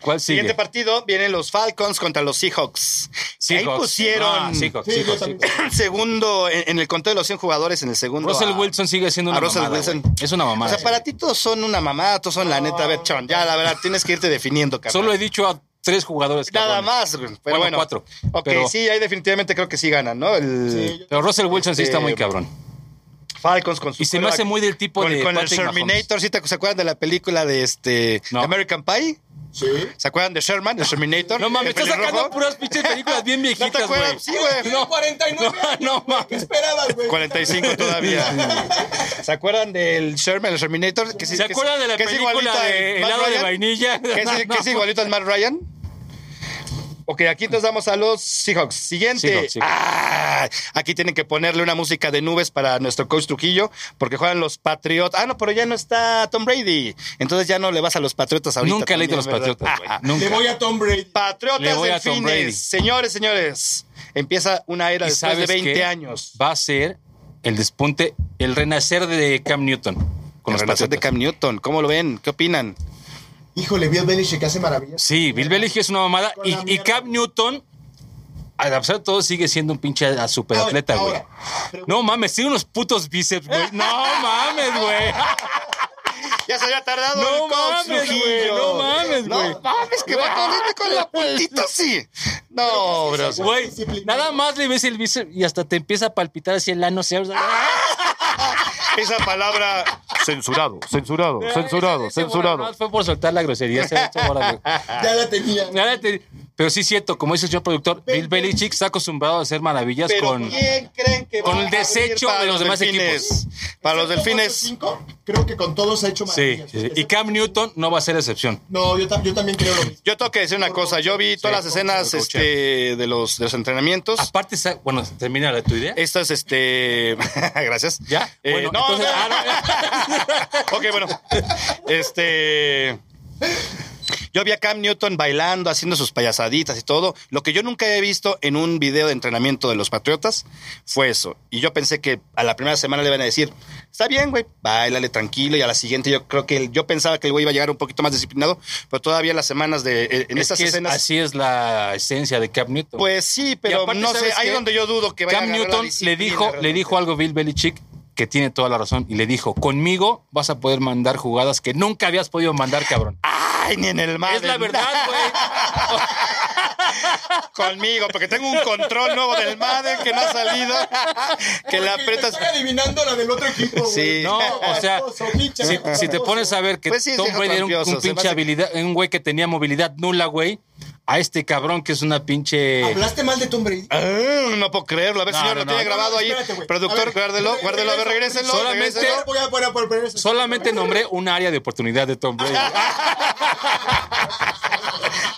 ¿Cuál sigue? siguiente partido vienen los Falcons contra los Seahawks. Ahí Seahawks. pusieron. Ah, Seahawks, Sí, Seahawks, yo también. Seahawks. segundo en, en el conteo de los 100 jugadores en el segundo. Russell a- Wilson sigue siendo Ah. a una Russell mamada. Wilson. güey. Es una O mamada. sea, para ti todos son una mamada, todos son la neta. A ver, chon, ya la verdad tienes que irte definiendo, carnal. Solo he dicho a tres jugadores. Nada cabrones. más, güey. Pero Bueno, bueno, cuatro. Ok, Pero- sí, ahí definitivamente creo que sí ganan, ¿no? El Pero Russell Wilson sí Este, está muy cabrón. Falcons con su Y se me hace quarterback- muy del tipo con, de con el Patrick Mahomes. Terminator, ¿sí te, se acuerdan de la película de este No. American Pie? Sí. ¿Se acuerdan de Sherman, el Terminator? No mames, El estás sacando pelirrojo. puras pinches películas bien ¿No te viejitas, güey. acuerdas? Sí, güey. Tiene 49 No, años. no güey. mames. ¿Qué esperabas, güey? 45 todavía. ¿Se acuerdan del Sherman, el Terminator? Que sí- ¿Se que acuerdan de la que es película de igualita a Matt helado de Ryan? vainilla? ¿Que es, que es igualito al Matt Ryan? Ok, aquí nos damos a los Seahawks. Siguiente. Seahawks, Seahawks. Ah, aquí tienen que ponerle una música de nubes para nuestro coach Trujillo, porque juegan los Patriotas. Ah, no, pero ya no está Tom Brady. Entonces ya no le vas a los Patriotas ahorita. Nunca leí de los también, ¿verdad? Patriotas, güey. Ah, ah. Nunca. Le voy a Tom Brady. Le Patriotas voy en a Tom Brady. fines. Señores, señores. Empieza una era ¿Y después de sabes 20 qué? años. Va a ser el despunte, el renacer de Cam Newton. Con Con los la relación de Patriotas. Cam Newton. ¿Cómo lo ven? ¿Qué opinan? Híjole, Bill Belichick hace maravillas. Sí, Bill Belichick es una mamada. Con Y, la y mierda. Cam Newton, a pesar de todo, sigue siendo un pinche a- superatleta, pues, güey. Ahora, ahora, No mames, tiene unos putos bíceps, güey. No mames, güey. Ya se había tardado No el coach mames, güey, Trujillo. no mames, güey. No mames, que va todo lindo con la puntita así. No, bro. Güey, disciplinado. nada más le ves el bíceps y hasta te empieza a palpitar hacia el ano. ¿sí? Esa palabra censurado, Pues censurado, Ese- ese güey nada más Fue por soltar la grosería. ese güey. Ya la tenía. Nada te- Pero sí es cierto, como dice el señor productor, Bill Belichick está acostumbrado a hacer maravillas Pero con... ¿quién creen que con va el a abrir desecho para de los demás delfines? Para los Excepto delfines. cuatro, cinco, creo que con todos ha hecho Sí, maravillas. sí. y Excepto- Cam Newton no va a ser excepción. No, yo, tam- yo también creo lo mismo. Yo tengo que decir una cosa, yo vi todas las escenas este, de, los, de los entrenamientos. Aparte, sa- bueno, termina la- tu idea. Estas, este. gracias. ¿Ya? Eh, bueno, no, entonces, no. ah, no. Ok, bueno. Este. Yo vi a Cam Newton bailando, haciendo sus payasaditas y todo. Lo que yo nunca he visto en un video de entrenamiento de los Patriotas fue eso. Y yo pensé que a la primera semana le iban a decir, está bien, güey, bailale tranquilo. Y a la siguiente yo creo que el- yo pensaba que el güey iba a llegar un poquito más disciplinado, pero todavía las semanas de... eh, En Es estas que es- escenas... así es la esencia de Cam Newton. Pues sí, pero aparte, no sé, ¿sabes ahí qué? donde yo dudo que vaya a Cam agarrar la Newton le disciplina dijo, le realmente. dijo algo a Bill Belichick que tiene toda la razón y le dijo, conmigo vas a poder mandar jugadas que nunca habías podido mandar, cabrón. Ay, ni en el mar. es la verdad, güey. Conmigo, porque tengo un control nuevo del Madden que no ha salido. Que le aprietas. Estoy adivinando la del otro equipo. güey. Sí. No, o sea, si, si te pones a ver que Pues sí, es Tom viejo Brady era un, un tramposo, se me pinche hace- habilidad, un güey que tenía movilidad nula, güey, a este cabrón que es una pinche... ¿Hablaste mal de Tom Brady? Ah, no puedo creerlo. A ver, No, señor, no, lo tiene no. grabado ahí. Espérate, güey. A Productor, ver, guárdelo, regreso, guárdelo. A ver, regreso. regrésenlo. Solamente- regrésenlo. Voy a poner por poner eso. Solamente nombré un área de oportunidad de Tom Brady.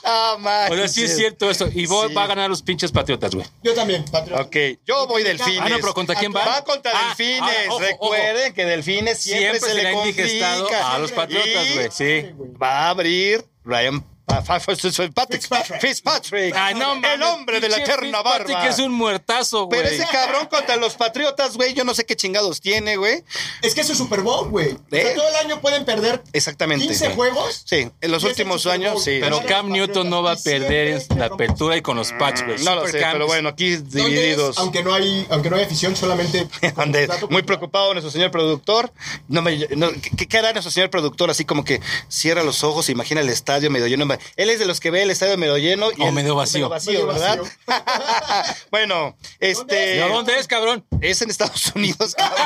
Ah, man. O sea, sí es cierto eso. Y vos Sí. va a ganar los pinches patriotas, güey. Yo también, Patriota. Ok, yo voy delfines. Ah, no, pero ¿contra quién va? Va contra Ah, delfines. ahora, ojo, Recuerden que delfines siempre, Siempre, se le ha indigestado complica. a los patriotas, Y güey. Sí. Va a abrir Ryan Pa- Fa- Fa- Fitzpatrick. Fitzpatrick. Fitzpatrick. Ay, no el mames, hombre de la pinche eterna Fitzpatrick barba. es un muertazo, güey. Pero ese cabrón contra los patriotas, güey, yo no sé qué chingados tiene, güey. Es que es su Super Bowl, güey. O sea, ¿Eh? todo el año pueden perder Exactamente. 15 juegos. Sí, en los Y es el últimos Super Bowl. años, sí. Pero Ganar Cam los Newton no va a Patriotas. Y perder siempre en la te rompe. apertura y con los Pats, güey. no lo Super sé, Cam pero es- bueno, aquí ¿Dónde es? divididos. Aunque no hay, aunque no hay afición, solamente. Ande, Dato muy cultural. preocupado nuestro señor productor. No me, no, ¿qué, qué hará nuestro señor productor? Así como que cierra los ojos, imagina el estadio medio lleno. Él es de los que ve el estadio medio lleno. Y O el- medio vacío. Medio ¿verdad? vacío. bueno, este. ¿Y dónde es, cabrón? Es en Estados Unidos, cabrón.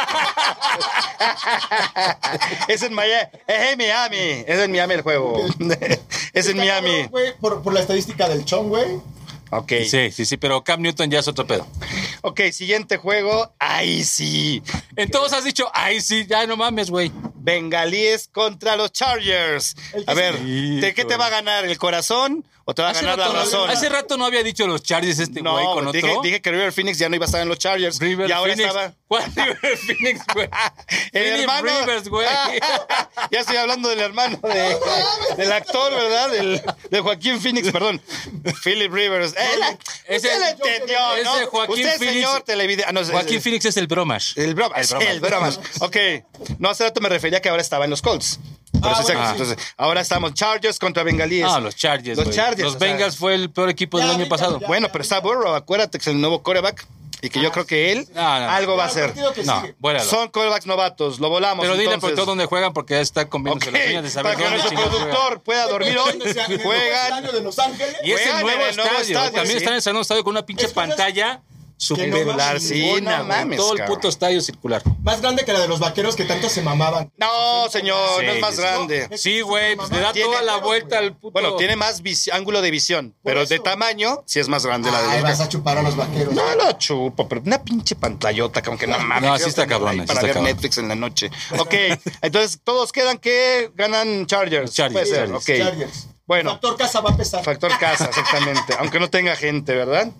es en Miami. Es en Miami. Es en Miami el juego. es en Está Miami. cabrón, güey, por, por la estadística del Chon, güey. Ok. Sí, sí, sí, pero Cam Newton ya es otro pedo. Ok, siguiente juego. Ay, sí. Entonces has dicho, ay, sí, ya no mames, güey. Bengalíes contra los Chargers. El que A ver, sí. ¿de qué te va a ganar? ¿El corazón o te va a Hace ganar la rato, no, razón? hace rato no había dicho los Chargers este güey no, con otro. dije, dije que River Phoenix ya no iba a estar en los Chargers. River y ahora Phoenix. estaba. ¿Cuál River Phoenix, güey? El Philip hermano. Rivers, güey. ya estoy hablando del hermano de- del actor, ¿verdad? Del, de Joaquín Phoenix, perdón. Philip Rivers. Eh, la- Ese- usted lo entendió, ¿no? ese Joaquín usted, Phoenix- señor televide- ah, no, es- Joaquín es- Phoenix es el bromas. El bromas. El bromas. Ok. No, hace rato me refería que ahora estaba en los Colts. Por eso exacto. bueno, sí. Entonces, ahora estamos Chargers contra Bengalíes. Ah, los Chargers. Los güey. Chargers. Los o sea, Bengals fue el peor equipo del Ya, año ahorita, pasado. ya. bueno, pero está Burrow, acuérdate que es el nuevo coreback y que yo creo que él No, no, no. algo va a Al hacer. partido que No, sigue. bueno. Son corebacks novatos, lo volamos. Pero dile por entonces. todo dónde juegan porque ya está Ok, comiéndose las uñas de saber para que dónde nuestro chingados juegan. productor pueda dormir hoy, O sea, en el juegan. estadio de Los Ángeles. Y es Juegan el nuevo en el nuevo estadio. estadio, También sí. están en un estadio con una pinche Es que no es- pantalla super no mames, sí, chingona, no güey. mames, Todo el cabrón. puto estadio circular. Más grande que la de los vaqueros que tanto se mamaban. No, señor, Sí, no es más sí, sí. grande. Es Sí, que güey, es pues una le da mamá. toda la Tiene- vuelta al puto. Bueno, tiene más vis- ángulo de visión, pero de eso. Ah, tamaño sí es más grande la de Ay, los vas a chupar a los vaqueros. Pues, No lo chupo, pero una pinche pantallota, como que no mames. No, creo sí está que me cabrón, voy sí Para está ver cabrón. Netflix en la noche. Ok, entonces todos quedan que ganan Chargers. Chargers, Puede ser, Chargers. ok. Chargers. Bueno. Factor casa va a pesar. Factor casa, exactamente. Aunque no tenga gente, ¿verdad?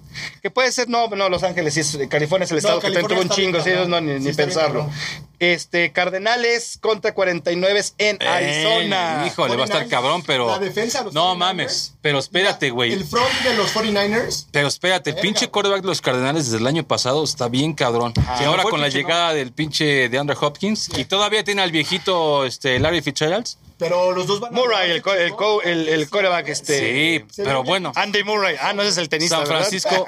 Que puede ser, no, no, Los Ángeles, sí, es- eh, California es el No, estado que te California tuvo un está chingo, bien, sí, ellos no, cabrón. ni, Sí, ni está bien, pensarlo. cabrón. este, Cardenales contra 49 en Arizona. Eh, Híjole, va a estar 49ers, cabrón, pero. la defensa de los no 49ers, mames. Pero espérate, güey. El front de los 49ers. Pero espérate, Verga. Ah, pinche quarterback de los Cardenales desde el año pasado está bien cabrón. y no ahora fue con la pinche, llegada del pinche de Andrew Hopkins y todavía tiene al viejito este Larry Fitzgerald. Pero los dos van a. Murray, el, co- el, co- el, el coreback, este. Sí, pero bueno. Andy Murray. Ah, no, ese es el tenista. San ¿verdad? Francisco,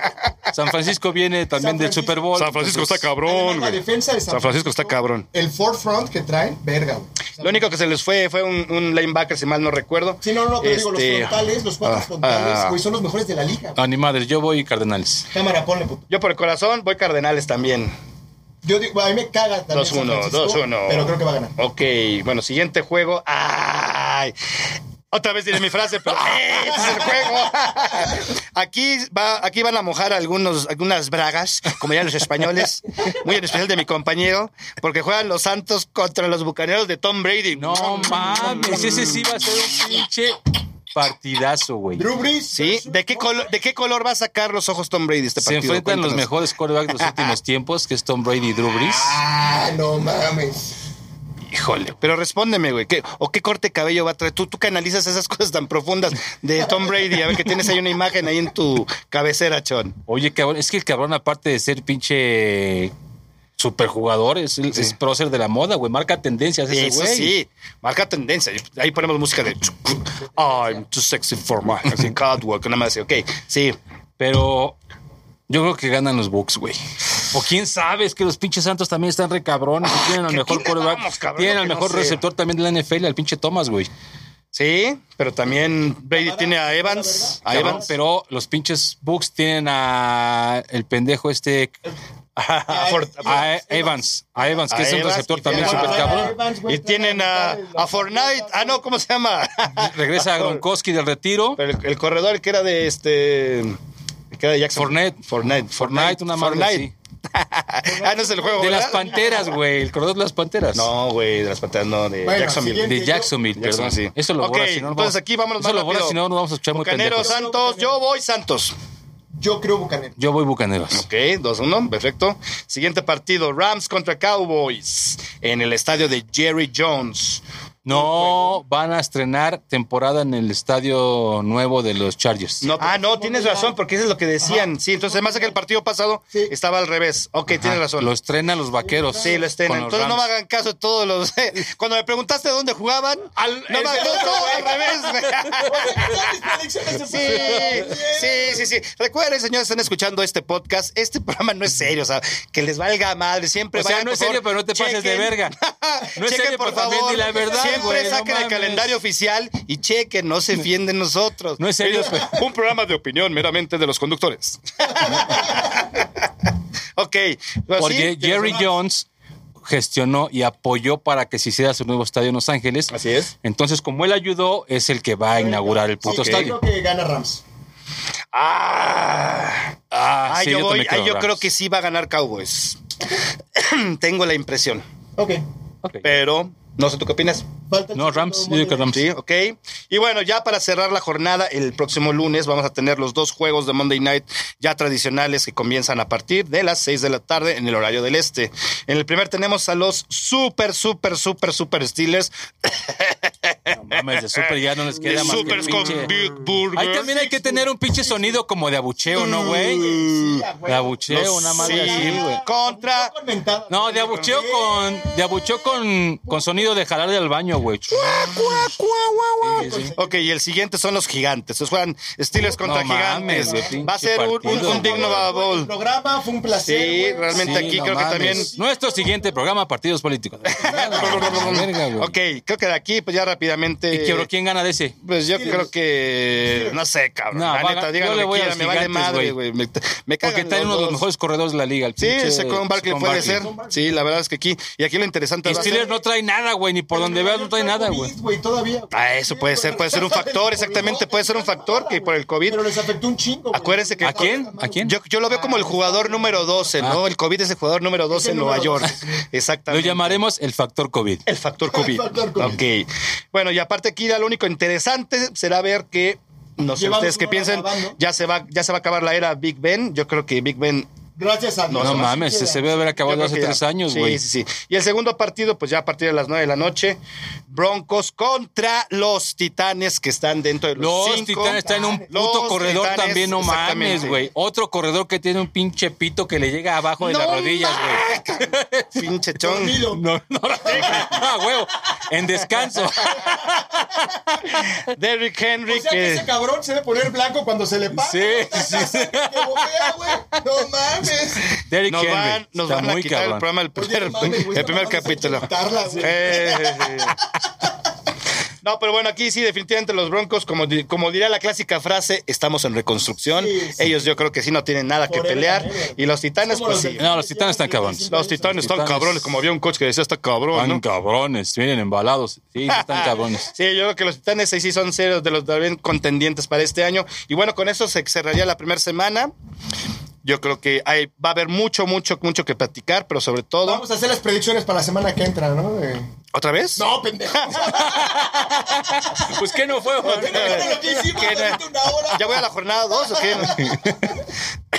San Francisco viene también San del Francisco. Super Bowl. San Francisco está entonces, cabrón, La güey. defensa de San, San Francisco está cabrón. El four front que traen, verga, güey. O sea, Lo único que se les fue fue un, un linebacker, si mal no recuerdo. Sí, no, no, pero digo, los Este, frontales, los ah, cuatro ah, frontales, pues, güey, son los mejores de la liga. No, ni madres, yo voy Cardenales. Cámara, ponle, puto. ah. Yo por el corazón voy Cardenales también. Yo digo, a mí me caga también. San 2-1, Francisco, 2-1. Pero creo que va a ganar. Ok, bueno, siguiente juego. ¡Ay! Otra vez diré mi frase, pero ¡eh! ¡Ese es el juego! Aquí, va, aquí van a mojar algunos, algunas bragas, como ya los españoles, muy en especial de mi compañero, porque juegan los Santos contra los bucaneros de Tom Brady. No mames, ese sí va a ser un pinche partidazo, güey. Drew Brees. ¿Sí? ¿De qué, colo- ¿De qué color va a sacar los ojos Tom Brady este Se partido? enfrentan los Cuéntanos. mejores quarterbacks de los últimos tiempos, que es Tom Brady y Drew Brees. Ah, no mames. Híjole. Pero respóndeme, güey. ¿qué- ¿O qué corte de cabello va a traer? Tú, tú que analizas esas cosas tan profundas de Tom Brady. A ver que tienes ahí una imagen ahí en tu cabecera, Chon. Oye, cabrón, es que el cabrón, aparte de ser pinche superjugador, es, el- es prócer de la moda, güey. Marca tendencias ese Eso güey. sí, marca tendencia. Ahí ponemos música de I'm too sexy for my así, catwalk, nada más así, ok. Sí, Pero yo creo que ganan los Bucks, güey. O quién sabe, es que los pinches Santos también están re cabrones. y Tienen al ¿Que mejor quién le quarterback. vamos, cabrón? tienen Lo al que no mejor sé. receptor también de la NFL, al pinche Thomas, güey. sí, pero también Brady tiene a Evans, a Cabrón, Evans, Pero los pinches Bucks tienen a el pendejo este. a Ford- a- A Evans, a Evans, que A es un Evans, receptor y también tienen súper a- cabrón. y tienen a, a Fortnite. Ah, no, ¿cómo se llama? Regresa a Gronkowski del retiro. Pero el, el corredor que era de este. que era de Jackson. Fortnite. Fortnite. Fortnite, una madre Fortnite. Ah, no es el juego. así. De las ¿verdad? panteras, güey. El corredor de las panteras. No, güey, de las panteras, no, de Bueno, Jacksonville. siguiente. De Jacksonville, Jackson, perdón. sí. Eso lo Ok, borra, si no nos entonces vamos- aquí vámonos Eso más lo borra, rápido. si no nos vamos a escuchar muy Bucaneros, pendejos. Santos, yo voy Santos. Yo creo Bucanero. Yo voy Bucaneros. Ok, 2-1, perfecto. Siguiente partido, Rams contra Cowboys en el estadio de Jerry Jones. No van a estrenar temporada en el estadio nuevo de los Chargers. No, ah, no, tienes razón, porque eso es lo que decían. Sí, entonces además de que el partido pasado Sí. estaba al revés. Ok, tienes razón. Lo estrenan los vaqueros. Sí, lo estén. Con los Entonces no me Rams. hagan caso de todos los. Cuando me preguntaste dónde jugaban, no me hagan todo al revés. güey. sí, sí, sí, sí. Recuerden, señores, están escuchando este podcast. Este programa no es serio, o sea, que les valga madre. Siempre O sea, vayan, no es por favor, serio, pero no te pases de chequen. verga. No es Chequen, serio, pero también di la verdad, Siempre güey, no saquen el mames. calendario oficial y chequen, no se fíen de nosotros. No es serio, Ellos- pero- Un programa de opinión meramente de los conductores. ok. pues Porque sí, Jerry tienes razón. Jones gestionó y apoyó para que se hiciera su nuevo estadio en Los Ángeles. Así es. Entonces, como él ayudó, es el que va a inaugurar el puto Sí, estadio. Yo creo que gana Rams. Ah, Ah, Ay, sí, yo, yo voy- también creo ay, yo Rams. creo que sí va a ganar Cowboys. Tengo la impresión. Ok. Ok. Pero no sé tú qué opinas. Falta el No, segundo Rams, yo Monday digo que Rams. Sí, ok. Y bueno, ya para cerrar la jornada, el próximo lunes vamos a tener los dos juegos de Monday Night ya tradicionales que comienzan a partir de las 6 de la tarde en el horario del este. En el primer tenemos a los super, super, super, super Steelers. No mames, de súper ya no les De queda más que el supers con pinche... Big Burger. Ahí también hay que tener un pinche sonido como de abucheo, ¿no, güey? De abucheo, una madre Mm, Sí, así, güey. Contra Con mentada. No, de abucheo con. De abucheo con, con sonido de jalarle al baño, güey. Sí, sí. Ok, y el siguiente son los gigantes. Entonces juegan Steelers contra No mames, gigantes. güey, pinche Va a ser un, un, partido, un digno El babol. programa fue un placer. Sí, güey. realmente. Exactamente, aquí no creo que mames. también- Nuestro siguiente programa, Partidos Políticos. Verga, güey. Ok, creo que de aquí, pues ya rápidamente. ¿Y quiero- quién gana de ese? Pues yo creo que. No sé, cabrón. No, la va- neta, yo digan le lo que voy a los quieran, me vale gigantes, madre, güey. güey. Me, me cagan Porque traen los uno de los dos. mejores corredores de la liga. El Sí, pinche ese con Barkley Saquon puede Barkley. ser. Sí, la verdad es que aquí. Y aquí lo interesante Y va a Steelers ser- no trae nada, güey, ni por donde veas no trae nada, güey. COVID, todavía. güey. Ah, eso puede ser, puede ser un factor, exactamente, puede ser un factor que por el COVID. Pero les afectó un chingo. güey. Acuérdense que- ¿A quién? ¿A quién? Ah. Yo, yo lo veo como el jugador número 12, ¿no? El COVID es el jugador número 12 en número Nueva York. 12, sí. Lo Exactamente. llamaremos el factor COVID. El factor COVID. El factor COVID. Ok. bueno, y aparte aquí ya lo único interesante será ver que, no sé Llevamos ustedes qué una hora piensen, grabando. ya se, va, ya se va a acabar la era Big Ben. Yo creo que Big Ben Gracias a No, Dios. No así mames, queda. se debe haber Yo acabado creo hace que ya. tres años, Sí, güey. Sí, sí, Y el segundo partido, pues ya a partir de las 9 de la noche, Broncos contra los Titanes que están dentro de los, Los cinco. titanes están en un puto Los corredor Titanes, también, no mames, exactamente. güey. Otro corredor que tiene un pinche pito que le llega abajo de No las rodillas, güey. Pinche chon. Dormido. No, no la deja. Ah, huevo. En descanso. Derrick Henry O sea que ese que... cabrón se debe poner blanco cuando se le pasa. Sí, sí, sí. Que boquea, güey. No mames. Derrick Nos Henry. van, nos Está van a muy quitar el cabrón. programa el primer, mames, güey, el primer esta mamada se capítulo. quiere quitarla, güey. Eh, No, pero bueno, aquí sí, definitivamente los Broncos, como, di- como diría la clásica frase, estamos en reconstrucción. Sí, sí. Ellos yo creo que sí no tienen nada que Forever pelear. and ever. Y los Titanes, Como pues los sí. del- No, los titanes están cabrones. Los titanes están Titanes. cabrones, como había un coach que decía, está cabrón, Están ¿no? cabrones, vienen embalados. Sí, sí están cabrones. Sí, yo creo que los titanes ahí sí son serios de los también contendientes para este año. Y bueno, con eso se cerraría la primera semana. Yo creo que hay, va a haber mucho, mucho, mucho que platicar, pero sobre todo. Vamos a hacer las predicciones para la semana que entra, ¿no? De- ¿Otra vez? No, pendejo. Pues que no fue. Pero lo que hicimos ¿Qué? durante una hora. ¿Ya voy a la jornada 2 o qué?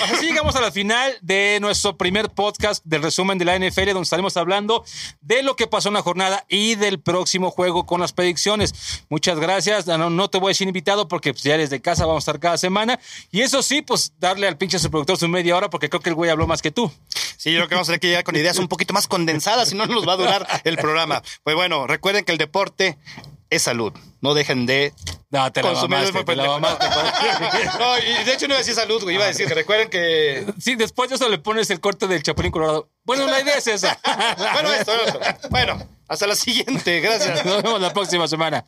Así llegamos a la final de nuestro primer podcast del resumen de la NFL, donde estaremos hablando de lo que pasó en la jornada y del próximo juego con las predicciones. Muchas gracias. No, no te voy a decir invitado porque pues, ya eres de casa, vamos a estar cada semana. Y eso sí, pues darle al pinche superproductor su media hora porque creo que el güey habló más que tú. Sí, yo creo que vamos a tener que llegar con ideas un poquito más condensadas, si no no nos va a durar el programa. Pues bueno, recuerden que el deporte es salud. No dejen de No, te la consumir. mamaste, te la mamaste. pues. No, y de hecho no iba a decir salud, güey. Iba a decir, recuerden que Sí, después de eso le pones el corte del Chapulín Colorado. Bueno, la idea es esa. Bueno, esto, esto. bueno, hasta la siguiente. Gracias. Nos vemos la próxima semana.